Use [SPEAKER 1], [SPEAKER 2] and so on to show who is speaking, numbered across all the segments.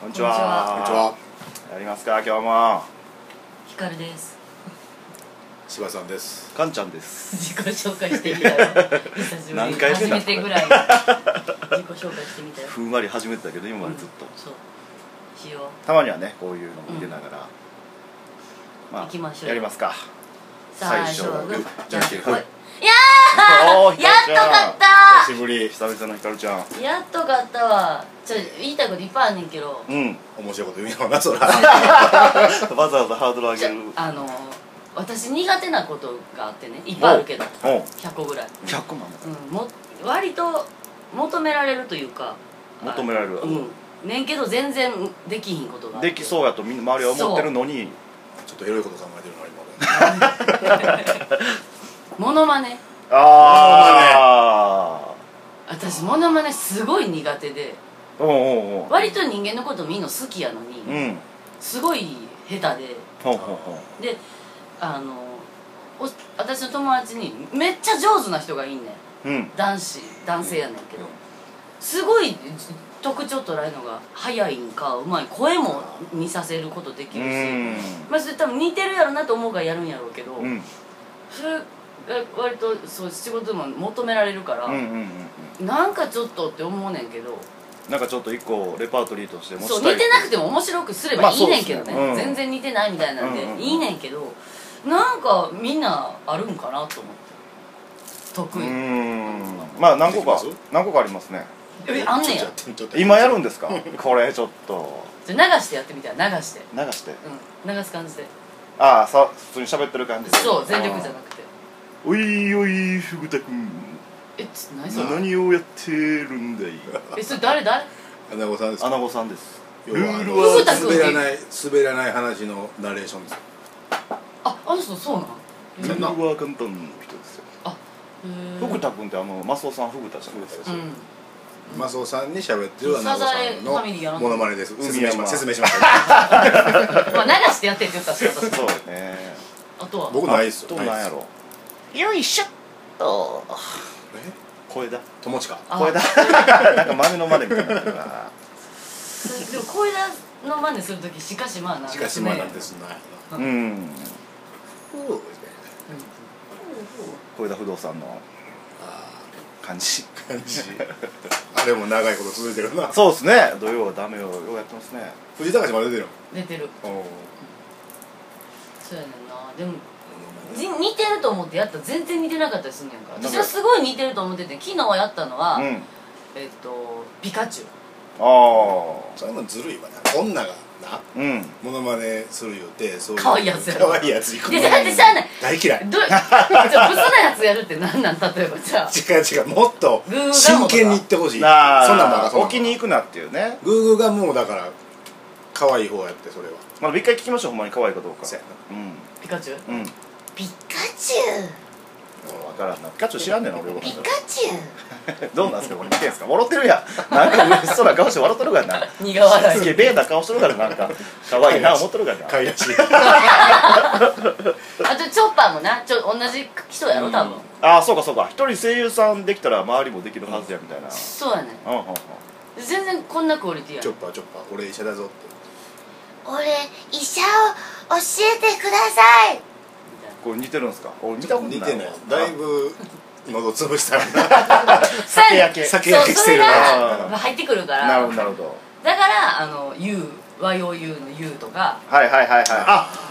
[SPEAKER 1] こんにちは。
[SPEAKER 2] こんにちは
[SPEAKER 1] やりますか、今日も。
[SPEAKER 3] ひかるです。
[SPEAKER 2] 柴さんです
[SPEAKER 1] かんちゃんです。
[SPEAKER 3] 自己紹介してみたよ。久しぶり。
[SPEAKER 1] 何回目だ
[SPEAKER 3] 初めてぐらい。自己紹介してみたよ。
[SPEAKER 1] ふんわり始めてたけど、今までずっと。
[SPEAKER 3] そう。しよ
[SPEAKER 1] たまにはね、こういうのも入れながら。ま
[SPEAKER 3] 行きましょう
[SPEAKER 1] やりますか。
[SPEAKER 3] う。最初はグー、じゃんけんぽい。や
[SPEAKER 1] おー
[SPEAKER 3] ー、
[SPEAKER 1] ひ
[SPEAKER 3] や
[SPEAKER 1] か
[SPEAKER 3] っ
[SPEAKER 1] るち
[SPEAKER 3] と
[SPEAKER 1] ゃん
[SPEAKER 3] 勝った
[SPEAKER 2] 久しぶり
[SPEAKER 1] 久々のひかるちゃん。
[SPEAKER 3] ー。やっと勝ったわ。ちょ、言いたいこといっぱいあんねんけど。
[SPEAKER 1] うん。
[SPEAKER 2] 面白いこと言うよなそら
[SPEAKER 1] わざわざハードル上
[SPEAKER 3] ち
[SPEAKER 1] げ
[SPEAKER 3] ょ
[SPEAKER 1] る。
[SPEAKER 3] あのー、私苦手なことがあってね、いっぱいあるけど、
[SPEAKER 1] おう。
[SPEAKER 3] 100個ぐらい。
[SPEAKER 1] 百万だ。
[SPEAKER 3] うん、も、割と求められるというか。
[SPEAKER 1] 求められる
[SPEAKER 3] あうん。ねんけど全然できひんことがあって。
[SPEAKER 1] できそうやと、みんな周りは思ってるのに。
[SPEAKER 2] ちょっとエロいこと考えてるな今
[SPEAKER 3] モノマネ
[SPEAKER 1] あ
[SPEAKER 3] 私モノマネすごい苦手で
[SPEAKER 1] あ。うんうんうん。
[SPEAKER 3] 割と人間のことみんな好きやのに、
[SPEAKER 1] うん。
[SPEAKER 3] すごい下手
[SPEAKER 1] ほんほんほん。
[SPEAKER 3] でであのお私の友達にめっちゃ上手な人がいんねん
[SPEAKER 1] うん。
[SPEAKER 3] 男子男性やねんけど、
[SPEAKER 2] うん
[SPEAKER 3] すごい特徴捉えるのが早いんかうまい声も見させることできるし、
[SPEAKER 1] うん
[SPEAKER 3] まあそれ多分似てるやろなと思うからやるんやろうけど、
[SPEAKER 1] うん。
[SPEAKER 3] それが割とそう仕事でも求められるから、
[SPEAKER 1] うんうんうんうん。
[SPEAKER 3] なんかちょっとって思うねんけど
[SPEAKER 1] なんかちょっと一個レパートリーとして持
[SPEAKER 3] そう
[SPEAKER 1] ち
[SPEAKER 3] 似
[SPEAKER 1] たい
[SPEAKER 3] てなくても面白くすれ
[SPEAKER 1] まあ
[SPEAKER 3] ばいいねんけどね,、
[SPEAKER 1] そうですねうん
[SPEAKER 3] 全然似てないみたいなんで、
[SPEAKER 1] うんうんうん
[SPEAKER 3] いいねんけどなんかみんなあるんかなと思って得
[SPEAKER 1] う
[SPEAKER 3] 意、
[SPEAKER 1] ーんまあ何個か
[SPEAKER 2] できま
[SPEAKER 1] 何個かありますね
[SPEAKER 3] えあんねんや
[SPEAKER 2] ちょっとちょっと
[SPEAKER 1] 今やるんですかこれちょっと
[SPEAKER 3] じゃあ流してやってみたら流して、
[SPEAKER 1] 流して
[SPEAKER 3] うん、流す感じで
[SPEAKER 1] ああさ普通に喋ってる感じで
[SPEAKER 3] そう全力じゃなくて
[SPEAKER 1] おいおいふぐたくん
[SPEAKER 3] えち何それ
[SPEAKER 1] 何をやってるんだい
[SPEAKER 3] えそれ誰誰
[SPEAKER 2] アナゴさんです
[SPEAKER 1] アナゴさんです
[SPEAKER 2] 要
[SPEAKER 1] ルール
[SPEAKER 3] は
[SPEAKER 2] あの
[SPEAKER 3] 藤田君
[SPEAKER 2] 滑らない滑らない話のナレーションです
[SPEAKER 3] ああの人そうなん
[SPEAKER 1] ルールは簡単の人ですよ
[SPEAKER 3] へー
[SPEAKER 1] ふぐたくんってあのマスオさんふぐたじゃないです
[SPEAKER 3] う
[SPEAKER 1] か
[SPEAKER 3] ん
[SPEAKER 2] マスオさんに喋ってるアナゴ
[SPEAKER 3] サザエファミリー
[SPEAKER 2] さ
[SPEAKER 3] や
[SPEAKER 2] ん
[SPEAKER 3] な
[SPEAKER 2] のモノマネです
[SPEAKER 1] 海
[SPEAKER 2] 説明し
[SPEAKER 1] 山
[SPEAKER 2] ま説明し ました
[SPEAKER 3] まあ流してやってって言ったし私
[SPEAKER 1] そうね
[SPEAKER 3] あとは
[SPEAKER 2] 僕ないですよ
[SPEAKER 1] あとなんやろよいしょっと
[SPEAKER 2] え
[SPEAKER 1] 声だ
[SPEAKER 2] 友近
[SPEAKER 3] あ
[SPEAKER 1] 声だなんか豆の豆みたいになってるな
[SPEAKER 3] でも声出の真似する時しかしまあなんです
[SPEAKER 2] し
[SPEAKER 3] ね
[SPEAKER 2] かしまなんですない
[SPEAKER 1] うん
[SPEAKER 2] うん
[SPEAKER 3] うん
[SPEAKER 1] 小枝不動産の
[SPEAKER 2] あ
[SPEAKER 1] 感じ
[SPEAKER 2] ー感じあれも長いこと続いてるな
[SPEAKER 1] そうですね土曜はダメよようやってますね
[SPEAKER 2] 藤田がまで出てる
[SPEAKER 3] 出てる
[SPEAKER 2] おー
[SPEAKER 3] そうやねんなでもじ似てると思ってやったら全然似てなかったりすんねんから
[SPEAKER 1] なんか
[SPEAKER 3] 私はすごい似てると思ってて昨日やったのは、
[SPEAKER 1] うん
[SPEAKER 3] えっとピカチュウ
[SPEAKER 1] ああ
[SPEAKER 2] そういうのずるいわな女がな
[SPEAKER 1] うん
[SPEAKER 2] モノマネする言うてそういう
[SPEAKER 3] 可愛いやつやろ
[SPEAKER 2] 可愛いやつ行く
[SPEAKER 3] でだってしゃあない
[SPEAKER 2] 大嫌い
[SPEAKER 3] どちょ ブスなやつやるってなんなん例えばさ
[SPEAKER 2] 違う違うもっと
[SPEAKER 3] グーガーもとか
[SPEAKER 2] 真剣に行ってほしいそん
[SPEAKER 1] なあ
[SPEAKER 2] なんばっかそんなんばっ
[SPEAKER 1] 置
[SPEAKER 2] か
[SPEAKER 1] きに行くなっていうね
[SPEAKER 2] グーグーがもうだから可愛い方やってそれは
[SPEAKER 1] まあ一回聞きましょうほんまに可愛いかどうか
[SPEAKER 2] そうや
[SPEAKER 1] う
[SPEAKER 3] ピカチュウ
[SPEAKER 1] んうん
[SPEAKER 3] ピカチュ
[SPEAKER 1] 分からんなピカチュウ知らんねんな俺
[SPEAKER 3] ウ
[SPEAKER 1] は
[SPEAKER 3] ピカチ
[SPEAKER 1] どうなんすかこれ見てんすか笑ってるやんなんか嬉しそうな顔して笑っとるからな
[SPEAKER 3] ュウ苦笑
[SPEAKER 1] すげえ
[SPEAKER 3] い
[SPEAKER 1] ベーな顔しとるからなんか可愛いな思っとるからな
[SPEAKER 2] 可 愛らしい
[SPEAKER 3] あとチョッパーもなちょ同じ人やろ多分、
[SPEAKER 2] うん
[SPEAKER 1] ああそうかそうか一人声優さんできたら周りもできるはずやみたいな
[SPEAKER 3] そうやね
[SPEAKER 1] うんうんうん
[SPEAKER 3] 全然こんなクオリティや
[SPEAKER 2] チョ
[SPEAKER 3] ね
[SPEAKER 2] ッパーチョッパー俺医者だぞって
[SPEAKER 3] 俺医者を教えてくださいみたいな
[SPEAKER 1] これ似てるんすか俺見たことない
[SPEAKER 2] 似
[SPEAKER 1] わ
[SPEAKER 2] てないだいぶ喉潰し たらな
[SPEAKER 1] 酒焼け
[SPEAKER 2] 酒焼けしてる
[SPEAKER 3] そう
[SPEAKER 2] な
[SPEAKER 3] それが入ってくるから
[SPEAKER 1] なるほどなるほど
[SPEAKER 3] だからあの「ゆう」和洋ゆうの「ゆう」とか
[SPEAKER 1] はいはいはいはいあ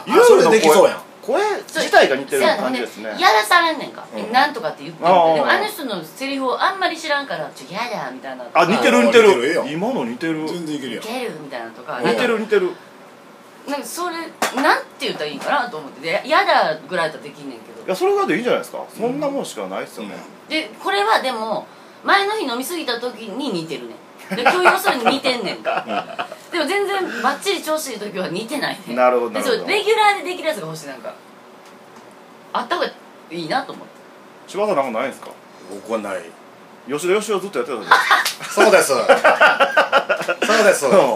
[SPEAKER 2] あそれでできそうやん
[SPEAKER 1] 声自体が似てるような感じです
[SPEAKER 3] そう
[SPEAKER 1] ね
[SPEAKER 3] やらされんねんか、
[SPEAKER 2] うん
[SPEAKER 3] なんとかって言ってるん
[SPEAKER 1] あ
[SPEAKER 3] だ
[SPEAKER 1] ー
[SPEAKER 3] でもあの人のセリフをあんまり知らんから「ちょやだ」みたいなとか
[SPEAKER 1] あ似てる似て
[SPEAKER 2] あ似てる
[SPEAKER 1] る
[SPEAKER 2] よ
[SPEAKER 1] 今の似てる
[SPEAKER 2] 全然いける
[SPEAKER 3] い
[SPEAKER 2] やん
[SPEAKER 3] けるみたいなとか
[SPEAKER 2] うん
[SPEAKER 3] なん
[SPEAKER 1] 似
[SPEAKER 3] か
[SPEAKER 1] てる似てる
[SPEAKER 3] なんかそれなんて言ったらいいんかなと思ってで「やだ」ぐらいだったらできんねんけ
[SPEAKER 1] い
[SPEAKER 3] ど
[SPEAKER 1] やそれぐらいでいいんじゃないですかそんなもんしかないっすよね
[SPEAKER 3] でこれはでも前の日飲み過ぎた時に似てるねんで今日要するに似てんねん かでも全然バッチリ調子いい時は似てないねん
[SPEAKER 1] なるほどな
[SPEAKER 3] で
[SPEAKER 1] る
[SPEAKER 3] そ
[SPEAKER 1] ほど
[SPEAKER 3] うレギュラーでできるやつが欲しいなんかあった方がいいなと思って
[SPEAKER 1] 千葉さんなんかないんすか
[SPEAKER 2] 僕はない
[SPEAKER 1] 吉田よしおずっとやってたじゃないです
[SPEAKER 2] そうですそうです
[SPEAKER 1] かうん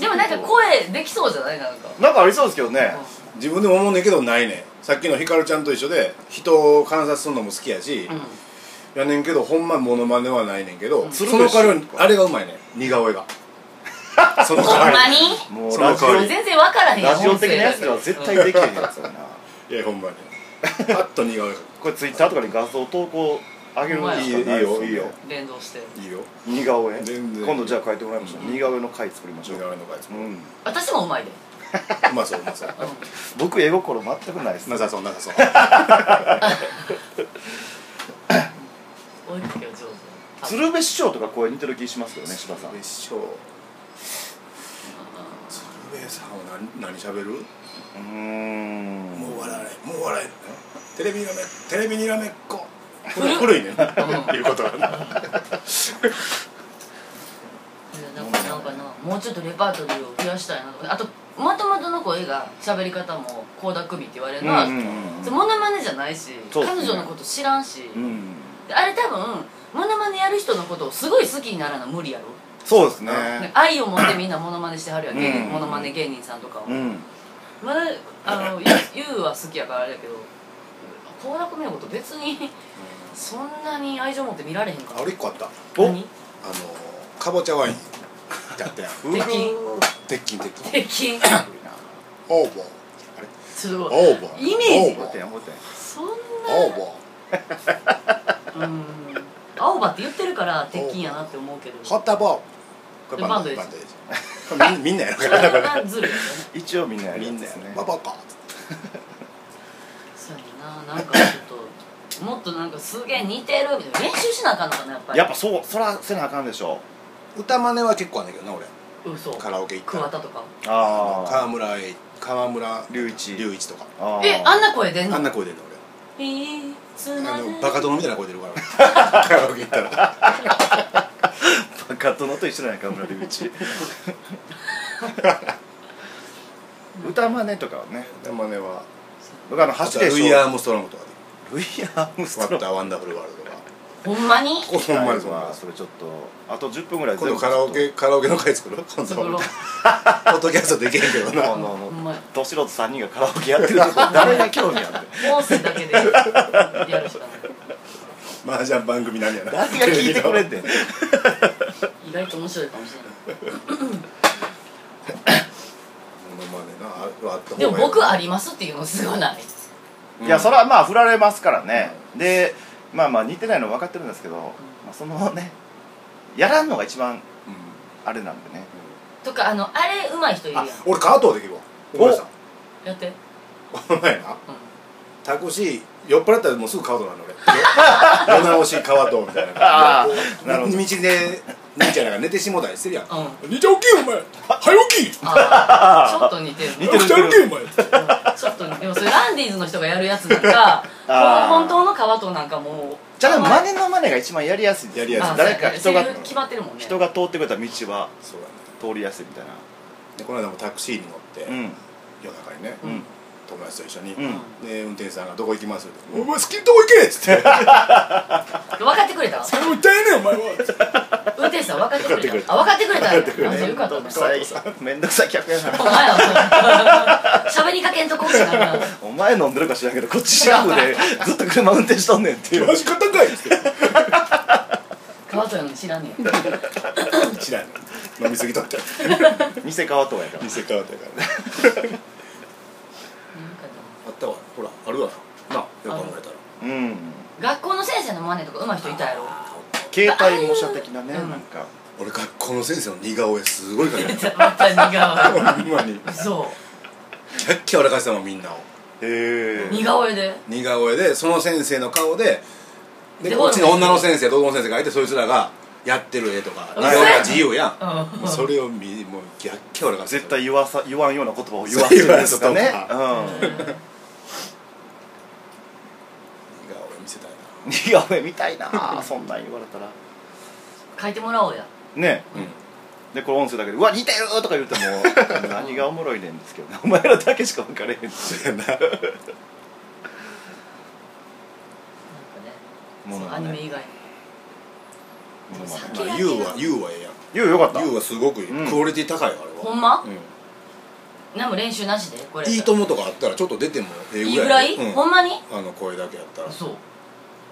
[SPEAKER 3] でもなんか声できそうじゃないなんか
[SPEAKER 1] なんかありそうですけどね
[SPEAKER 2] 自分でも思うねんけどないねんさっきのひかるちゃんと一緒で人を観察するのも好きやし、
[SPEAKER 3] うん
[SPEAKER 2] やねんけどほんまモノマネはないねんけど、
[SPEAKER 3] うん
[SPEAKER 2] その代わりにあれがうまいねん似顔絵がそその代
[SPEAKER 3] ほん
[SPEAKER 2] わ
[SPEAKER 3] まに
[SPEAKER 1] もう
[SPEAKER 2] その
[SPEAKER 1] ラジ
[SPEAKER 2] 代わり
[SPEAKER 1] オ
[SPEAKER 3] 全然分からへん
[SPEAKER 1] ラジオ的なやつで
[SPEAKER 3] 音声だ
[SPEAKER 1] は絶
[SPEAKER 3] け
[SPEAKER 1] 対できへんやつやな
[SPEAKER 2] りいやほ んまにパッと似顔絵描
[SPEAKER 1] これツイッターとかに画像投稿あげるの
[SPEAKER 3] ほんまや
[SPEAKER 2] いいいいよいいよ
[SPEAKER 3] うん連動して
[SPEAKER 2] くいいよ
[SPEAKER 1] 似顔絵
[SPEAKER 2] 全然
[SPEAKER 1] 今度じゃあ書いてもらいましょう似顔絵の回作りまし
[SPEAKER 2] 似
[SPEAKER 1] ょう
[SPEAKER 2] 顔絵の描いつ
[SPEAKER 1] う
[SPEAKER 2] も
[SPEAKER 1] ん
[SPEAKER 3] 私もうまいで、
[SPEAKER 2] うまそううまそう
[SPEAKER 3] うん
[SPEAKER 1] 僕絵心全くないです
[SPEAKER 2] なさそうなさそう
[SPEAKER 3] 追いかけは上手
[SPEAKER 1] 鶴瓶師匠とか声似てる気しますけどね柴さん
[SPEAKER 2] 別所鶴瓶さんは何何喋る
[SPEAKER 1] うーん
[SPEAKER 2] もう笑えもう笑えテレビにらめテレビにらめっここれ古いねいうことはな
[SPEAKER 3] いやなんかなんかなもうちょっとレパートリーを増やしたいなとかあとまとまとの声が喋り方も倖田來未って言われるのは、
[SPEAKER 1] うんうんうんうん
[SPEAKER 3] それモノマネじゃないし、
[SPEAKER 1] そう
[SPEAKER 3] 彼
[SPEAKER 1] ですね
[SPEAKER 3] 女のこと知らんし、
[SPEAKER 1] うん
[SPEAKER 3] であれ多分モノマネやる人のことをすごい好きにならな無理やろ、
[SPEAKER 1] そうですね
[SPEAKER 3] ね愛を持ってみんなモノマネしてはるやん、芸人
[SPEAKER 1] うん
[SPEAKER 3] モノマネ芸人さんとかを、
[SPEAKER 1] うん
[SPEAKER 3] まだあのゆゆ うは好きやからあれやけど倖田來未のこと別にそんなに愛情持って見られへんから
[SPEAKER 2] あれ一個あったあ
[SPEAKER 1] お
[SPEAKER 3] 何
[SPEAKER 2] のかぼちゃワインだったやん
[SPEAKER 1] うぐー
[SPEAKER 2] 鉄筋鉄
[SPEAKER 3] 平
[SPEAKER 2] 筋
[SPEAKER 3] 均
[SPEAKER 2] オーボーあれ
[SPEAKER 3] すごい
[SPEAKER 2] オーボー
[SPEAKER 3] イメージ
[SPEAKER 2] オ
[SPEAKER 1] 思
[SPEAKER 2] ーボ
[SPEAKER 1] ってん
[SPEAKER 2] ー
[SPEAKER 1] 思ってん
[SPEAKER 3] そんな
[SPEAKER 2] オーボ
[SPEAKER 3] うん青葉って言ってるから鉄筋やなって思うけど
[SPEAKER 2] ーホットボーこれバンド
[SPEAKER 3] で
[SPEAKER 2] バ
[SPEAKER 3] バンド
[SPEAKER 2] ンド
[SPEAKER 3] で
[SPEAKER 2] ですこれみんみんなやる
[SPEAKER 3] そ
[SPEAKER 2] か
[SPEAKER 3] れ
[SPEAKER 2] ら
[SPEAKER 3] がずるいよね
[SPEAKER 1] 一応みんなやる
[SPEAKER 2] み
[SPEAKER 1] やつ
[SPEAKER 2] んな
[SPEAKER 1] で
[SPEAKER 2] や
[SPEAKER 1] す
[SPEAKER 2] る
[SPEAKER 1] ね
[SPEAKER 2] ババカ
[SPEAKER 3] そうやななんかちょっともっとなんかすげえ似てるみたいな練習しなあかんのかなやっぱり
[SPEAKER 1] やっぱそうそらせなあかんでしょ
[SPEAKER 2] 歌真似は結構あんねんけどな俺
[SPEAKER 3] 嘘
[SPEAKER 2] カラオケ行った
[SPEAKER 3] 桑
[SPEAKER 2] ら
[SPEAKER 3] 田とか
[SPEAKER 1] あ
[SPEAKER 2] 川村へ川村
[SPEAKER 1] 龍一
[SPEAKER 2] 龍一とか
[SPEAKER 1] あ
[SPEAKER 3] えあんな声出んの
[SPEAKER 2] あんな声出るの俺
[SPEAKER 3] いつま
[SPEAKER 2] あ
[SPEAKER 3] で
[SPEAKER 2] のバカ殿みたいな声出るから カラオケ行ったら
[SPEAKER 1] バカ殿と一緒じゃないか村隆一歌真似とかはね
[SPEAKER 2] でもねは
[SPEAKER 1] 僕あの走
[SPEAKER 2] 走れ
[SPEAKER 1] れ
[SPEAKER 2] ル
[SPEAKER 1] 翔
[SPEAKER 2] イ・アームストロングとかで
[SPEAKER 1] ルイアームス
[SPEAKER 2] 「ワ
[SPEAKER 1] トロン
[SPEAKER 2] ッター・ワンダフル・ワールド」とか
[SPEAKER 3] ほんまに
[SPEAKER 2] ここほんまにそんな
[SPEAKER 1] はそれちょっとあと10分ぐらい
[SPEAKER 2] 今
[SPEAKER 1] 全
[SPEAKER 2] 度
[SPEAKER 1] 部
[SPEAKER 2] カラオケカラオケの回作ろう今度
[SPEAKER 3] 作ろう
[SPEAKER 2] ポッドキャストできへんけど
[SPEAKER 1] ちょっと
[SPEAKER 2] な
[SPEAKER 1] あの
[SPEAKER 3] ほんまや
[SPEAKER 1] ど素人3人がカラオケやってるとこ 誰が興味あって
[SPEAKER 3] 音声だけでやるしかない
[SPEAKER 2] 麻雀番組なんやな
[SPEAKER 1] 誰が聞いてくれんてん
[SPEAKER 3] 意外と面白いかもしれない
[SPEAKER 2] モノマネなああった方がいい
[SPEAKER 3] でも僕ありますっていうのすごない
[SPEAKER 2] うん
[SPEAKER 1] いやそれはまあ振られますからねでまあまあ似てないの分かってるんですけど、まあ、そのねやらんのが一番
[SPEAKER 2] うん
[SPEAKER 1] あれなんでね
[SPEAKER 3] とかあのあれ上手い人いるや
[SPEAKER 2] あ
[SPEAKER 3] ん
[SPEAKER 2] 俺加藤できるわ
[SPEAKER 1] お
[SPEAKER 2] 思い出した
[SPEAKER 3] やって
[SPEAKER 2] この前な
[SPEAKER 3] う
[SPEAKER 2] タクシー酔っ払ったらもうすぐ川藤な の俺世直し川藤みたいな
[SPEAKER 1] ああなるほど
[SPEAKER 2] 道で兄ちゃんらが寝てしもたりしてるやん
[SPEAKER 3] んうん
[SPEAKER 2] 兄ちゃん起きよお前早起き
[SPEAKER 3] あーちょっと似てる
[SPEAKER 1] 似てる似てる
[SPEAKER 2] 起きてるお前
[SPEAKER 3] ちょっとねでもそれランディーズの人がやるやつなんか
[SPEAKER 1] あー
[SPEAKER 3] 本当の川となんかもう
[SPEAKER 1] じゃあでも
[SPEAKER 3] あんま
[SPEAKER 1] 真似の真似が一番やりやすいです
[SPEAKER 2] やりやすい
[SPEAKER 3] あ
[SPEAKER 1] 誰か
[SPEAKER 3] そ
[SPEAKER 1] 人
[SPEAKER 3] うや
[SPEAKER 1] が
[SPEAKER 3] ねセリフ決まってるもんね
[SPEAKER 1] 人が通ってくれた道は
[SPEAKER 2] そうだね
[SPEAKER 1] 通りやすいみたいな
[SPEAKER 2] でこの間もタクシーに乗って、
[SPEAKER 1] うん
[SPEAKER 2] 夜中にね、
[SPEAKER 1] うん
[SPEAKER 2] 友達と一緒に、
[SPEAKER 1] うん
[SPEAKER 2] で運転手さんが「どこ行きます?」って「お前好きなとこ行け!」っつ って「
[SPEAKER 3] 分かってくれた
[SPEAKER 2] それも歌えねえお前は」つって
[SPEAKER 3] 運転手さん分かってくれ
[SPEAKER 2] 分
[SPEAKER 3] たあ分かってくれたんや
[SPEAKER 2] 分かってくれた
[SPEAKER 3] あじゃあよかった
[SPEAKER 1] めんどくさいめんどくさい客やな
[SPEAKER 3] お前は喋りかけんとこうしながら
[SPEAKER 1] お前飲んでるか知らんけどこっちシャープ でずっと車運転しとんねんっていう
[SPEAKER 2] マジ方かい!」っつって
[SPEAKER 3] 川とやのに知らんねん
[SPEAKER 2] 知らんの飲みすぎとって
[SPEAKER 1] 店川とやから
[SPEAKER 2] 店変わったからねあったわほらあるわなよく考えたら
[SPEAKER 1] うん
[SPEAKER 3] 学校の先生の真似とか上手い人いたやろ
[SPEAKER 1] 携帯模写的なね
[SPEAKER 3] うん
[SPEAKER 1] なんか
[SPEAKER 2] 俺学校の先生の似顔絵すごい描い て
[SPEAKER 3] また似
[SPEAKER 2] た
[SPEAKER 3] 顔
[SPEAKER 2] ほんまに
[SPEAKER 3] 絵そう
[SPEAKER 2] キャッキャ笑かしたもんみんなを
[SPEAKER 1] へ
[SPEAKER 3] 似顔絵で
[SPEAKER 2] 似顔絵でその先生の顔でで
[SPEAKER 3] で
[SPEAKER 2] こっちの女の先生と男の先生がいてそいつらがやってる絵とか似
[SPEAKER 3] 嘘
[SPEAKER 2] 顔絵は自由やん
[SPEAKER 3] うん
[SPEAKER 2] それを見もうキャッキャ笑かした
[SPEAKER 1] 絶対言わさ言わんような言葉を言わせるんですかね
[SPEAKER 2] そう言わん
[SPEAKER 1] うん
[SPEAKER 2] と似顔絵見せたいな
[SPEAKER 1] 似顔絵みたいなそんなん言われたら
[SPEAKER 3] 書いてもらおうや
[SPEAKER 1] ねでこれ音声だけで「うわ似てる!」とか言うて も何がおもろいねんですけどねお前らだけしか分かれへんし
[SPEAKER 2] うん、な
[SPEAKER 3] な
[SPEAKER 1] もの
[SPEAKER 3] んかねそう
[SPEAKER 1] ま
[SPEAKER 3] アニメ
[SPEAKER 1] ね
[SPEAKER 3] 以外
[SPEAKER 1] ものまね
[SPEAKER 3] 酒焼き
[SPEAKER 2] YOU は YOU はえ
[SPEAKER 1] ゆうよかっ
[SPEAKER 2] えや
[SPEAKER 1] た
[SPEAKER 2] ん YOU はすごくいい、
[SPEAKER 1] うん
[SPEAKER 2] クオリティ高いよあれは
[SPEAKER 3] ほんま
[SPEAKER 2] う
[SPEAKER 3] 何も練習なしでこれ
[SPEAKER 2] ん、いいともとかあったらちょっと出てもええ
[SPEAKER 3] いい
[SPEAKER 2] ぐ
[SPEAKER 3] ぐら
[SPEAKER 2] らい
[SPEAKER 3] い、
[SPEAKER 2] うん
[SPEAKER 3] ほんまに
[SPEAKER 2] あの声だけやったら
[SPEAKER 3] そ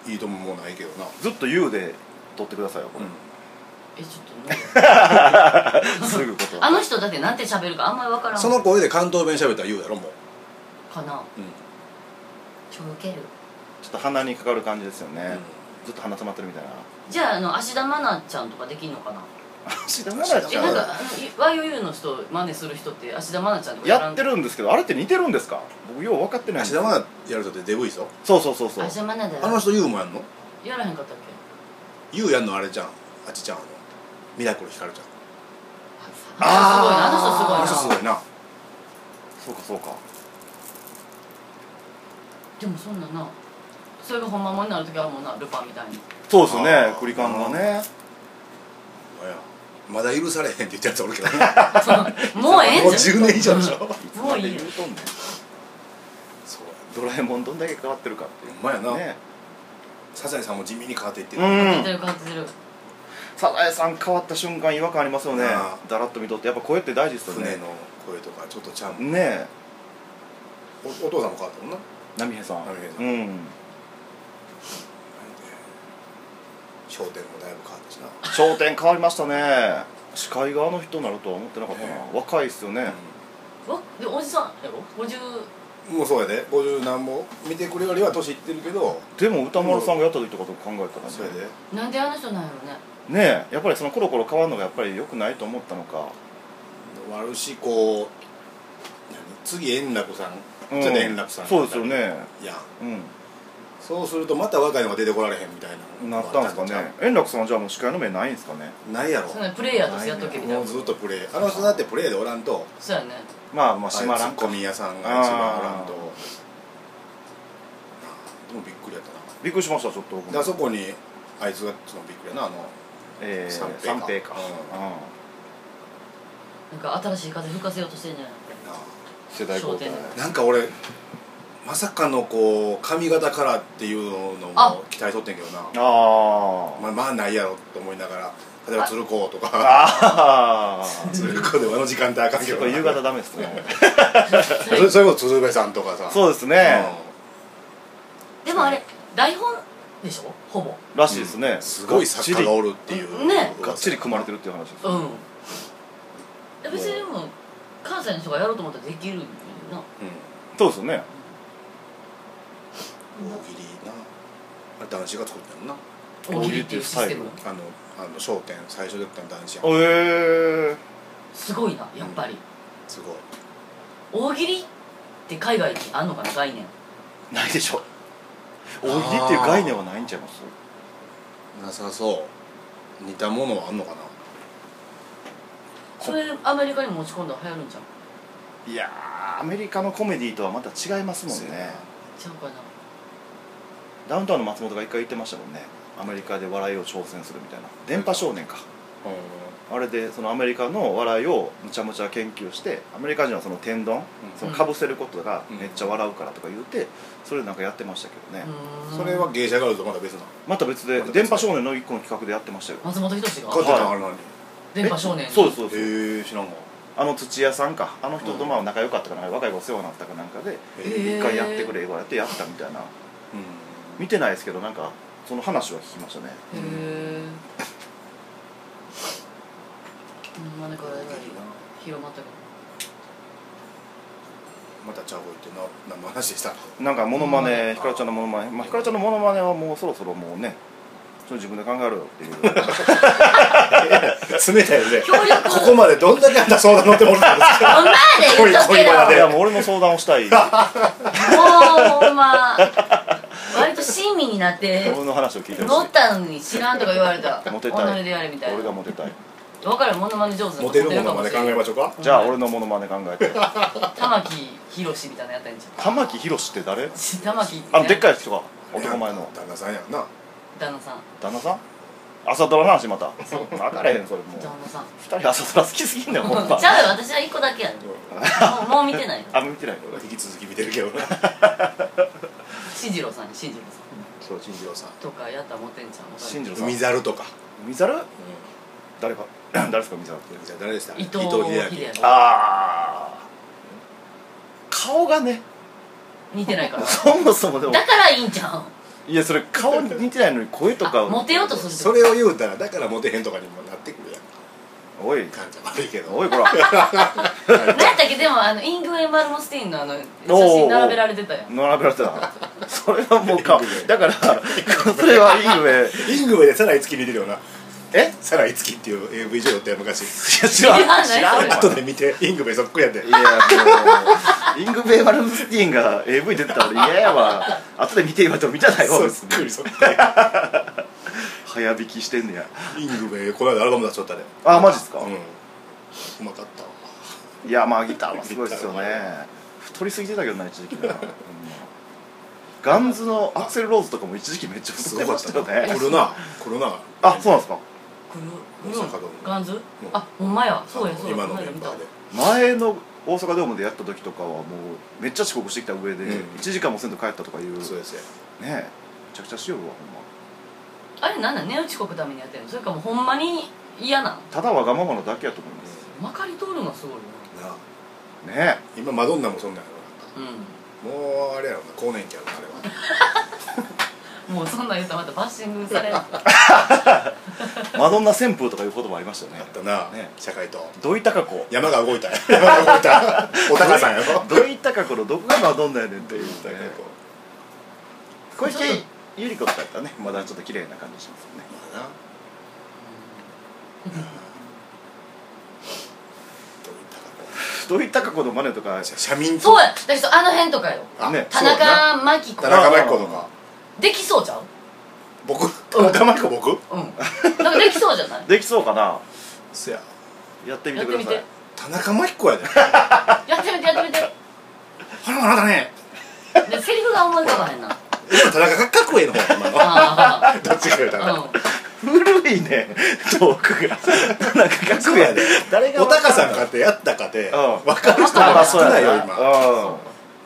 [SPEAKER 3] う
[SPEAKER 2] いいとももうないけどな
[SPEAKER 1] ずっと「ゆう」で撮ってくださいよこれ、
[SPEAKER 2] う
[SPEAKER 3] えちょっと
[SPEAKER 1] すぐこと
[SPEAKER 3] あの人だってなんて喋るかあんまり分からん
[SPEAKER 2] その声で関東弁喋ったら言うやろもう、
[SPEAKER 3] かな
[SPEAKER 2] うん
[SPEAKER 3] ちょウケる
[SPEAKER 1] ちょっと鼻にかかる感じですよね、
[SPEAKER 2] うん
[SPEAKER 1] ずっと鼻詰まってるみたいな
[SPEAKER 3] じゃああの芦田愛菜ちゃんとかできんのかな
[SPEAKER 1] 芦田愛菜
[SPEAKER 2] 芦
[SPEAKER 1] ち
[SPEAKER 3] え
[SPEAKER 2] 田
[SPEAKER 1] ゃ
[SPEAKER 3] なん
[SPEAKER 1] ん
[SPEAKER 3] かあの YOU の人真似する人って芦田愛菜ちゃんとか
[SPEAKER 1] やっ
[SPEAKER 3] る
[SPEAKER 1] てるんですけどあれって似てるんですか僕よう分かってないんで
[SPEAKER 2] 芦
[SPEAKER 1] す
[SPEAKER 2] 田愛菜やる人ってデブいぞ
[SPEAKER 1] そうそうそうそう
[SPEAKER 3] 芦田愛菜だ
[SPEAKER 2] あの人ユウもやんの
[SPEAKER 3] やらへんかったっけ
[SPEAKER 2] ユウやんのあれじゃんあっちちゃんあのミラクルヒカルちゃん
[SPEAKER 1] あ
[SPEAKER 3] あ
[SPEAKER 2] あ
[SPEAKER 3] の人
[SPEAKER 2] の人
[SPEAKER 3] す
[SPEAKER 2] す
[SPEAKER 3] ごいなあの人すご
[SPEAKER 1] そう
[SPEAKER 3] い
[SPEAKER 2] ごいな
[SPEAKER 1] かそうか
[SPEAKER 3] なでもそんななそれがほんまもんになる時はもうなルパンみたい に
[SPEAKER 1] そうですよね
[SPEAKER 2] あー
[SPEAKER 1] クリカンがね
[SPEAKER 2] お前やまだ許されへんって言ったやつおるけどね
[SPEAKER 3] もうええ
[SPEAKER 2] もうん
[SPEAKER 3] じゃん
[SPEAKER 2] 10年以上でしょ
[SPEAKER 1] いつまで言うとんねん
[SPEAKER 2] そう
[SPEAKER 1] ドラえもんどんだけ変わってるかっていう
[SPEAKER 2] ほんまやな
[SPEAKER 1] ね
[SPEAKER 2] サザエさんも地味に変わっていってる、
[SPEAKER 1] うん
[SPEAKER 3] 感じてる感じてる
[SPEAKER 1] サザエさん変わった瞬間違和感ありますよね
[SPEAKER 2] なあ
[SPEAKER 1] だらっと見とってやっぱ声って大事ですよ
[SPEAKER 2] 船
[SPEAKER 1] ね
[SPEAKER 2] の声とかちょっとちゃん
[SPEAKER 1] ねえ
[SPEAKER 2] おお父さんも変わったもんな
[SPEAKER 1] 波平さん
[SPEAKER 2] 波平さん
[SPEAKER 1] うん
[SPEAKER 2] 商店もだいぶ変わったしな、
[SPEAKER 1] 焦点変わりましたね司会があの人になるとは思ってなかったな
[SPEAKER 2] ね
[SPEAKER 1] 若いっすよね
[SPEAKER 3] わでおじさんやろ50
[SPEAKER 2] もうそうやで50何本見てくれよりは年いってるけど
[SPEAKER 1] でも歌丸さんがやった時とかと考えたら
[SPEAKER 2] それ
[SPEAKER 1] ね
[SPEAKER 2] で
[SPEAKER 3] なんであの人なんやろね
[SPEAKER 1] ねえやっぱりそのコロコロ変わるのがやっぱり良くないと思ったのか
[SPEAKER 2] 悪しこう何次円楽さん
[SPEAKER 1] うん
[SPEAKER 2] 次円楽さん
[SPEAKER 1] そうですよね
[SPEAKER 2] いやん
[SPEAKER 1] う
[SPEAKER 2] そうするとまた若いのが出てこられへんみたい
[SPEAKER 1] ん
[SPEAKER 2] な
[SPEAKER 1] なったんですかね円楽さんはじゃあもう司会の目ないんですかね
[SPEAKER 2] ないやろ
[SPEAKER 3] そんなプレイヤーとしてやっとけみたい
[SPEAKER 2] も
[SPEAKER 3] な
[SPEAKER 2] うずっとプレーあの人だってプレーでおらんと
[SPEAKER 3] そうやね
[SPEAKER 1] まあまあ
[SPEAKER 2] ツ
[SPEAKER 1] 閉まら
[SPEAKER 2] ッ
[SPEAKER 1] ん
[SPEAKER 2] コミ屋さんが一番おらん
[SPEAKER 1] あ
[SPEAKER 2] とでもびっくりやったな
[SPEAKER 1] びっくりしましたちょっと僕も
[SPEAKER 2] であそこにあいつがそのびっくりやなあの
[SPEAKER 1] えー
[SPEAKER 2] 三平
[SPEAKER 1] 三
[SPEAKER 2] か
[SPEAKER 1] 平か
[SPEAKER 2] う
[SPEAKER 1] うん
[SPEAKER 3] なんか新しい風吹かせようとしてんじゃない
[SPEAKER 1] 世代交代
[SPEAKER 3] 笑
[SPEAKER 2] なんか俺まさかのこう髪型からっていうの
[SPEAKER 3] あ
[SPEAKER 2] も期待とってんけどな
[SPEAKER 1] あ
[SPEAKER 2] まあまあないやろと思いながら例えば鶴子と
[SPEAKER 1] あ
[SPEAKER 2] か
[SPEAKER 1] ああ
[SPEAKER 2] 鶴子でもあの時間帯あかんけ
[SPEAKER 1] 結
[SPEAKER 2] ど
[SPEAKER 1] 構
[SPEAKER 2] な
[SPEAKER 1] 夕方ダメです ね
[SPEAKER 2] それそれこそ鶴瓶さんとかさ
[SPEAKER 1] そうですね
[SPEAKER 3] でもあれ台本でしょほぼ
[SPEAKER 1] らしいですね
[SPEAKER 2] うんすごい作家がおるってい
[SPEAKER 3] がっちり
[SPEAKER 2] う
[SPEAKER 3] ね
[SPEAKER 1] がっちり組まれて
[SPEAKER 2] る
[SPEAKER 1] るっていう話です
[SPEAKER 3] うん別にでも関西の人がやろうと思ったらできるのにな
[SPEAKER 1] そうですよね
[SPEAKER 2] 大喜利なあれ男子が作ったんな
[SPEAKER 1] 大喜利っていうスタイル
[SPEAKER 2] あのあの『笑点』最初でやったの男子やん
[SPEAKER 1] ええ
[SPEAKER 3] すごいなやっぱり、
[SPEAKER 2] すごい
[SPEAKER 3] 大喜利って海外にあんのかな概念
[SPEAKER 1] ないでしょ大喜利っていう概念はないんちゃいます
[SPEAKER 2] なさそう似たものはあんのかな
[SPEAKER 3] それアメリカに持ち込んだら流行るんじゃん
[SPEAKER 1] いやーアメリカのコメディとはまた違いますもんね
[SPEAKER 3] ちゃうかな
[SPEAKER 1] ダウンタウンの松本が一回言ってましたもんねアメリカで笑いを挑戦するみたいな電波少年か
[SPEAKER 2] うん
[SPEAKER 1] あれでそのアメリカの笑いをむちゃむちゃ研究してアメリカ人はその天丼そのかぶせることが
[SPEAKER 2] うん
[SPEAKER 1] めっちゃ笑うからとか言うてそれなんかやってましたけどね、
[SPEAKER 3] うーん
[SPEAKER 2] それは芸者があるとまだ別なの
[SPEAKER 1] また別で
[SPEAKER 2] また別で
[SPEAKER 1] 電波少年の一個の企画でやってましたよ
[SPEAKER 3] 松本人志
[SPEAKER 2] 勝
[SPEAKER 3] が
[SPEAKER 2] ってたんあれなのに
[SPEAKER 3] 電波少年
[SPEAKER 1] えそうですそうです
[SPEAKER 2] へえ知らんわ
[SPEAKER 1] あの土屋さんかあの人とまあ仲良かったかな若い子世話になったかなんかで
[SPEAKER 3] へえ
[SPEAKER 1] 一回やってくれ言われてやったみたいな
[SPEAKER 2] うん
[SPEAKER 1] 見てないですけどなんかその話は聞きましたね
[SPEAKER 3] へえうんまあだから広まったけ
[SPEAKER 2] またちゃうこいってな何の話でした
[SPEAKER 1] なんかモノマ
[SPEAKER 2] う
[SPEAKER 1] ネ
[SPEAKER 2] ん
[SPEAKER 1] ひかるちゃんのモノマネまあひかるちゃんのモノマネはもうそろそろもうねちょっと自分で考えろよ っていう
[SPEAKER 2] 冷たいよね
[SPEAKER 3] 協力
[SPEAKER 2] ここまでどんだけあんた相談乗ってもらったんです
[SPEAKER 3] どほんまやで言っとけよ
[SPEAKER 2] 恋恋バナ
[SPEAKER 1] い
[SPEAKER 2] で
[SPEAKER 1] やもう俺の相談をしたい
[SPEAKER 3] もうほんま割と親身になって
[SPEAKER 1] 俺の話を聞いてほし
[SPEAKER 3] 乗
[SPEAKER 1] い
[SPEAKER 3] ったのに知らんとか言われた
[SPEAKER 1] モテた
[SPEAKER 3] 己
[SPEAKER 1] い
[SPEAKER 3] でやれみたい
[SPEAKER 1] 俺
[SPEAKER 3] な
[SPEAKER 1] がモテたい
[SPEAKER 3] 分かるモノマネ上手な人
[SPEAKER 2] かモテるもの
[SPEAKER 3] か
[SPEAKER 2] まで
[SPEAKER 3] し
[SPEAKER 2] 考
[SPEAKER 3] れん
[SPEAKER 2] えましょうか
[SPEAKER 1] じゃあ俺のモノマネ考えて
[SPEAKER 3] 玉木宏みたいなのやったらいいんじゃ
[SPEAKER 1] 玉木宏って誰
[SPEAKER 3] ん玉木ってね
[SPEAKER 1] あのでっかい人が男前の
[SPEAKER 2] 旦那さんやんな
[SPEAKER 3] 旦那さん
[SPEAKER 1] 旦那さん朝ドラの話また分からへんそれもう
[SPEAKER 3] 旦那さん
[SPEAKER 1] 二人朝ドラ好きす ぎんねんほんま
[SPEAKER 3] ちゃうよ私は一個だけやろもうもう見てないよ
[SPEAKER 1] あ見てないの
[SPEAKER 2] 引き続き見てるけ どな
[SPEAKER 3] 進次郎さんに進次郎さ
[SPEAKER 1] そう新
[SPEAKER 2] 二
[SPEAKER 1] 次郎
[SPEAKER 2] 郎さん
[SPEAKER 3] んとかやったらモテんちゃう
[SPEAKER 1] 新次郎さん
[SPEAKER 2] 海猿とか
[SPEAKER 1] 海猿誰か 誰ですか海猿って
[SPEAKER 2] じゃあ誰でした
[SPEAKER 3] 伊藤
[SPEAKER 2] 明
[SPEAKER 3] 英明
[SPEAKER 1] ああ顔がね
[SPEAKER 3] 似てないから
[SPEAKER 1] そもそもでも
[SPEAKER 3] だからいいんちゃう
[SPEAKER 1] いやそれ顔に似てないのに声とか
[SPEAKER 3] あモテようとするって
[SPEAKER 2] それを言うたらだからモテへんとかにもなってくるやん
[SPEAKER 1] おい
[SPEAKER 2] 感じ悪いけど
[SPEAKER 1] おいこら
[SPEAKER 3] 何やったっけでもあのイングウェン・マルモスティンのあの写
[SPEAKER 1] おー
[SPEAKER 3] 真並べられてたよ
[SPEAKER 1] 並べられてたなそれはもう顔だから それはいい上
[SPEAKER 2] イングウェイでサライツキ似てるよな
[SPEAKER 1] え
[SPEAKER 2] サライツキっていう AV 女優おって昔
[SPEAKER 1] いや
[SPEAKER 3] い
[SPEAKER 1] 知
[SPEAKER 3] や
[SPEAKER 1] らん知らんわ
[SPEAKER 2] 後で見てイングウェイそっくりやで
[SPEAKER 1] いやもうイングベイ・マルムスティーンが AV 出てたら嫌やわ後で見て言われても見たないわ
[SPEAKER 2] そう
[SPEAKER 1] 別
[SPEAKER 2] そっ
[SPEAKER 1] に
[SPEAKER 2] くりそっく
[SPEAKER 1] 早引きしてんねや
[SPEAKER 2] りイングウェイこの間アルバム出しとったで
[SPEAKER 1] あマジっすか、
[SPEAKER 2] うんうまかったわ
[SPEAKER 1] いやまあギターはすごいですよね太りすぎてたけどな一時期な、うんガンズのアクセル・ローズとかも一時期めっちゃ
[SPEAKER 2] す
[SPEAKER 1] 太っ
[SPEAKER 2] ご
[SPEAKER 1] て
[SPEAKER 2] か
[SPEAKER 1] ました
[SPEAKER 2] っ
[SPEAKER 1] たよね
[SPEAKER 2] 来るな来るな
[SPEAKER 1] あそうなんですか
[SPEAKER 3] グル
[SPEAKER 2] 大阪ドーム
[SPEAKER 3] ガンズあほんまやそうやそうや
[SPEAKER 2] 今の
[SPEAKER 3] こ
[SPEAKER 2] メ
[SPEAKER 3] 間見
[SPEAKER 2] ン
[SPEAKER 3] た
[SPEAKER 2] バーで
[SPEAKER 1] 前の大阪ドームでやった時とかはもうめっちゃ遅刻してきた上で
[SPEAKER 2] うん
[SPEAKER 1] 1時間もせんと帰ったとかいう、
[SPEAKER 2] そう
[SPEAKER 1] ね
[SPEAKER 2] ですよ
[SPEAKER 1] えめちゃくちゃしよるわほんま
[SPEAKER 3] あれなんなん寝打ちこくためにやってんのそれかもうほんまに嫌なの
[SPEAKER 1] ただわがままなだけやと思います
[SPEAKER 3] まかり通るのはすごいよ
[SPEAKER 2] なあ
[SPEAKER 1] ね
[SPEAKER 2] 今マドンナもそんなんやろな
[SPEAKER 3] う
[SPEAKER 2] もうあれやろな更年期やろなあれは
[SPEAKER 3] んもうそんなん言うたらまたバッシングされる
[SPEAKER 1] えマドンナ旋風とかいう言葉ありましたよ
[SPEAKER 2] あっ
[SPEAKER 1] ね
[SPEAKER 2] たな、
[SPEAKER 1] ね
[SPEAKER 2] 社会と
[SPEAKER 1] 土井孝子
[SPEAKER 2] 山が動いた 山が動いたお高さんや ろ
[SPEAKER 1] 土井孝子のどこがマドンナやねんっていうね
[SPEAKER 2] だけど
[SPEAKER 1] 小池百合子とかやったらねまだちょっと綺麗な感じしますよね
[SPEAKER 2] まあなどういったか
[SPEAKER 1] 土井孝
[SPEAKER 2] こ
[SPEAKER 1] 子の真似とか
[SPEAKER 2] う社民
[SPEAKER 3] そうやだからそうあの辺とかよ
[SPEAKER 2] あ
[SPEAKER 1] ね
[SPEAKER 3] 田
[SPEAKER 2] そうや
[SPEAKER 3] 中真紀子
[SPEAKER 2] 田中真紀子とか
[SPEAKER 3] できそうじゃん
[SPEAKER 2] 僕田中真紀子僕
[SPEAKER 3] うんなんかできそうじゃない
[SPEAKER 1] できそうかな
[SPEAKER 2] そや
[SPEAKER 1] やってみ
[SPEAKER 3] や
[SPEAKER 1] て
[SPEAKER 3] っ
[SPEAKER 1] く
[SPEAKER 3] て
[SPEAKER 1] ださい
[SPEAKER 3] みて
[SPEAKER 2] 田中真紀子やで
[SPEAKER 3] や ってみてやってみて
[SPEAKER 2] あらあなたね
[SPEAKER 3] でセリフが思い浮かばへ んな
[SPEAKER 2] 今田中角栄の方今の
[SPEAKER 3] あ
[SPEAKER 2] どっちか言うた
[SPEAKER 3] あ
[SPEAKER 2] ら
[SPEAKER 3] うん
[SPEAKER 1] 古いねトークがなんか学
[SPEAKER 2] そうやで
[SPEAKER 1] 誰が
[SPEAKER 2] お高さんかってやったかで
[SPEAKER 1] うん
[SPEAKER 2] 分かる人
[SPEAKER 3] あ
[SPEAKER 2] が
[SPEAKER 3] そう
[SPEAKER 2] 少ないよ今
[SPEAKER 1] 今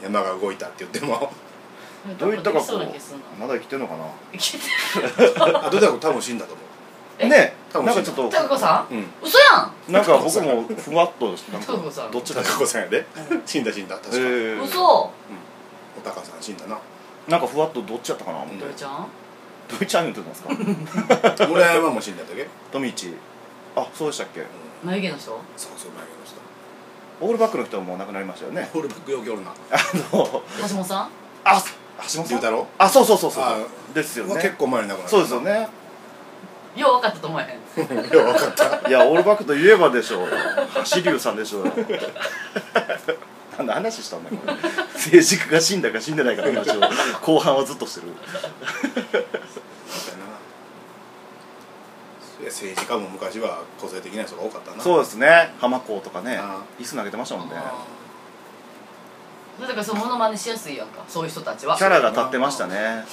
[SPEAKER 2] 山が動いたって言っても
[SPEAKER 1] うんどういったかこ
[SPEAKER 3] そうな気がするな
[SPEAKER 1] うまだ生きてんのかな
[SPEAKER 2] あどうだろう多分死んだと思
[SPEAKER 3] え
[SPEAKER 1] ね
[SPEAKER 2] 多分
[SPEAKER 1] なんかちょっと
[SPEAKER 3] 高子さ
[SPEAKER 2] ううん
[SPEAKER 3] ん嘘やん
[SPEAKER 1] なんか僕もふわっとなん
[SPEAKER 3] 高子さ
[SPEAKER 1] か
[SPEAKER 3] ん
[SPEAKER 1] どっちだ
[SPEAKER 2] 高
[SPEAKER 1] か
[SPEAKER 2] 子さんやで死んだ死んだ確か
[SPEAKER 1] へえ
[SPEAKER 3] 嘘
[SPEAKER 2] お高さん死んだな
[SPEAKER 1] なんかふわっとどっちやったかな思っ
[SPEAKER 2] ん
[SPEAKER 1] て
[SPEAKER 3] どれちゃん
[SPEAKER 1] どういうチャンネル撮ってますか
[SPEAKER 2] 村山も死んだんだっけ
[SPEAKER 1] 富市あそうでしたっけ
[SPEAKER 3] 眉毛の人
[SPEAKER 2] そうそう前の人
[SPEAKER 1] オールバックの人も亡くなりましたよね
[SPEAKER 2] ホールバックよくおるな
[SPEAKER 1] あの
[SPEAKER 3] 橋本さん
[SPEAKER 1] あ橋本
[SPEAKER 2] 龍
[SPEAKER 1] さん
[SPEAKER 2] 太郎
[SPEAKER 1] あそうそうそうそ
[SPEAKER 2] あ
[SPEAKER 1] うですよ
[SPEAKER 2] まあ結
[SPEAKER 1] ね
[SPEAKER 2] 構前に亡くなった
[SPEAKER 1] そうです よね
[SPEAKER 3] よう分かったと思えへん
[SPEAKER 2] よう分かった
[SPEAKER 1] いやオールバックといえばでしょう橋龍さんでしょうよなんで話したんだよこれ政治家が死んだか死んでないかの話を後半はずっとしてる
[SPEAKER 2] そうやないや政治家も昔は個性的な人が多かったな
[SPEAKER 1] そうですね浜港とかね
[SPEAKER 2] あ
[SPEAKER 1] 椅子投げてましたもんね
[SPEAKER 3] あーだからそうモノマネしやすいやんかそういう人たちは
[SPEAKER 1] キャラが立ってましたね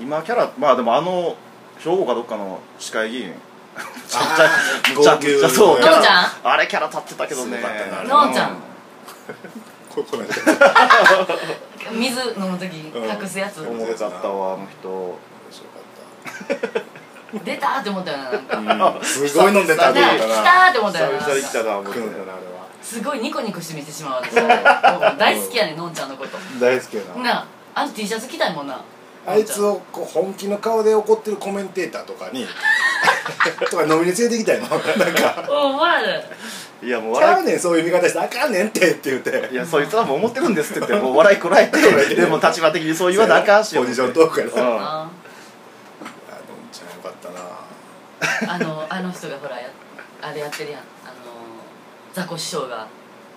[SPEAKER 1] 今キャラまあでもあの兵庫かどっかの市会議員
[SPEAKER 2] あー
[SPEAKER 1] むちゃく
[SPEAKER 2] 号泣
[SPEAKER 1] ちゃそう
[SPEAKER 3] のんちゃん
[SPEAKER 1] あれキャラ立ってたけどね
[SPEAKER 2] すごかったなあれ
[SPEAKER 3] のんちゃん
[SPEAKER 2] ここの人
[SPEAKER 3] 水飲む時隠すやつ
[SPEAKER 2] うん
[SPEAKER 1] おもろかったわあの人
[SPEAKER 3] 出たーって思ったよななんか
[SPEAKER 2] 面白かった、うん、すごい飲んでた
[SPEAKER 1] あ
[SPEAKER 2] っ
[SPEAKER 3] 来
[SPEAKER 2] て
[SPEAKER 1] 出
[SPEAKER 3] た
[SPEAKER 1] て
[SPEAKER 2] 言うたな
[SPEAKER 3] ーって思った
[SPEAKER 1] 久
[SPEAKER 3] よな
[SPEAKER 1] 々に来たな思っ
[SPEAKER 2] 来
[SPEAKER 1] て
[SPEAKER 2] るんだなあれは
[SPEAKER 3] すごいニコニコして見てしまう私
[SPEAKER 2] そう
[SPEAKER 3] 大好きやねのんちゃんのこと
[SPEAKER 2] 大好きやな
[SPEAKER 3] なああの T シャツ着たいもんな
[SPEAKER 2] あいつをこう本気の顔で怒ってるコメンテーターとかに とか飲みに連れてきたいのなんか
[SPEAKER 3] お前ら
[SPEAKER 1] いやもう
[SPEAKER 2] 「ちゃう
[SPEAKER 1] 笑
[SPEAKER 2] ねんそういう見方したらあかんねんって」って言って
[SPEAKER 1] いいやそいつはもう思ってるんですって言ってもう笑いこらえてでも立場的にそう言わなあかんし
[SPEAKER 2] ポジショントークや
[SPEAKER 1] う
[SPEAKER 2] なあ
[SPEAKER 1] ん
[SPEAKER 3] あ
[SPEAKER 2] のんちゃんよかったな
[SPEAKER 3] ーあのあの人がほらやあれやってるやんあのザコ師匠が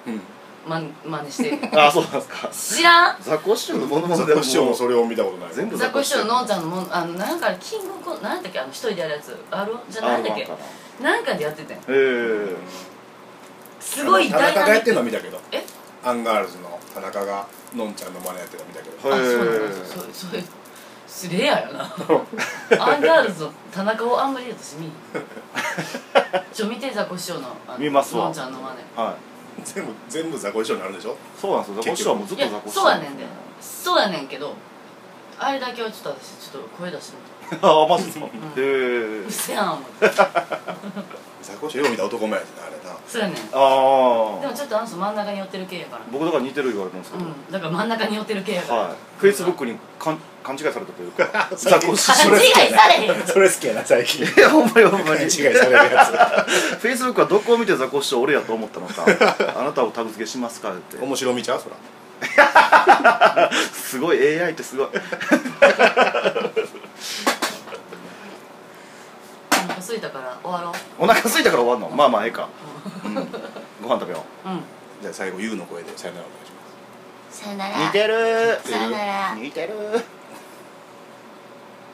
[SPEAKER 2] うん
[SPEAKER 3] まん真似してる
[SPEAKER 1] ああそうなんですか
[SPEAKER 3] 知らん
[SPEAKER 1] ザコシショウのものま
[SPEAKER 2] ザ
[SPEAKER 1] ねで
[SPEAKER 2] コ
[SPEAKER 1] も
[SPEAKER 2] 師匠
[SPEAKER 1] も
[SPEAKER 2] も
[SPEAKER 1] う
[SPEAKER 2] それを見たことない
[SPEAKER 1] 全部
[SPEAKER 3] ザコ師匠
[SPEAKER 1] ウ
[SPEAKER 3] のんちゃんのもんあのなんかキングコンなんやったっけあの一人でやるやつあるじゃ
[SPEAKER 1] あ
[SPEAKER 3] な
[SPEAKER 1] る
[SPEAKER 3] んだ
[SPEAKER 1] の
[SPEAKER 3] っ
[SPEAKER 1] か
[SPEAKER 3] け
[SPEAKER 1] な
[SPEAKER 3] なんかでやってたよ
[SPEAKER 1] ええ
[SPEAKER 3] すごい
[SPEAKER 2] 田中がやってる
[SPEAKER 3] の
[SPEAKER 2] の見たけど
[SPEAKER 3] え
[SPEAKER 2] アンガールズの田中がのんちゃんの真似やってるの見たけど、
[SPEAKER 3] あ
[SPEAKER 1] へ
[SPEAKER 3] そう
[SPEAKER 1] ー
[SPEAKER 3] なんだそうそういうすレアやなアンガールズの田中をあんまり私見んちょ見てザコ師匠のあの
[SPEAKER 1] 見ますわ
[SPEAKER 3] のんちゃんの真似
[SPEAKER 1] はい
[SPEAKER 2] 全部全部ザコ師匠になるんでしょ
[SPEAKER 1] そうなんですよザコシショウはもうずっ
[SPEAKER 3] い
[SPEAKER 1] と
[SPEAKER 3] や
[SPEAKER 1] ザコシショウ
[SPEAKER 3] そうやねんでそうやねんけどあれだけはちょっと私ちょっと声出してみた
[SPEAKER 1] あマジですかへえ
[SPEAKER 3] うっせやん思って
[SPEAKER 2] ザコ師匠よう見た男前やってなあれな
[SPEAKER 3] そうやねんで
[SPEAKER 1] あ
[SPEAKER 3] も
[SPEAKER 1] あ
[SPEAKER 3] ちょっとあの人真ん中に寄ってる系やから
[SPEAKER 1] 僕だから似てる言われるんですけ
[SPEAKER 3] う
[SPEAKER 1] ど
[SPEAKER 3] んだから真ん中に寄ってる系やから
[SPEAKER 1] はいフェイスブックにかん勘違いされたというか
[SPEAKER 2] 最
[SPEAKER 1] ザコ
[SPEAKER 2] 近
[SPEAKER 1] シ
[SPEAKER 3] 勘違いされへんよ
[SPEAKER 2] それ好きやな最近
[SPEAKER 1] いや ほんまにほんま
[SPEAKER 2] 勘
[SPEAKER 1] に
[SPEAKER 2] 違いされるや
[SPEAKER 1] フェイスブックはどこを見てザコシショウ俺やと思ったの かあなたをタグ付けしますかって
[SPEAKER 2] つ面白みちゃうそら
[SPEAKER 1] すごい AI ってすごい
[SPEAKER 3] お腹空いたから終わろ
[SPEAKER 1] お腹空いたから終わんのまあまあええか、うん、ご飯食べよ
[SPEAKER 3] ううん
[SPEAKER 2] じゃあ最後 YOU の声でさよならお願いします
[SPEAKER 3] さよ
[SPEAKER 1] う
[SPEAKER 3] な
[SPEAKER 1] 似てる
[SPEAKER 3] さよなら
[SPEAKER 1] 似てる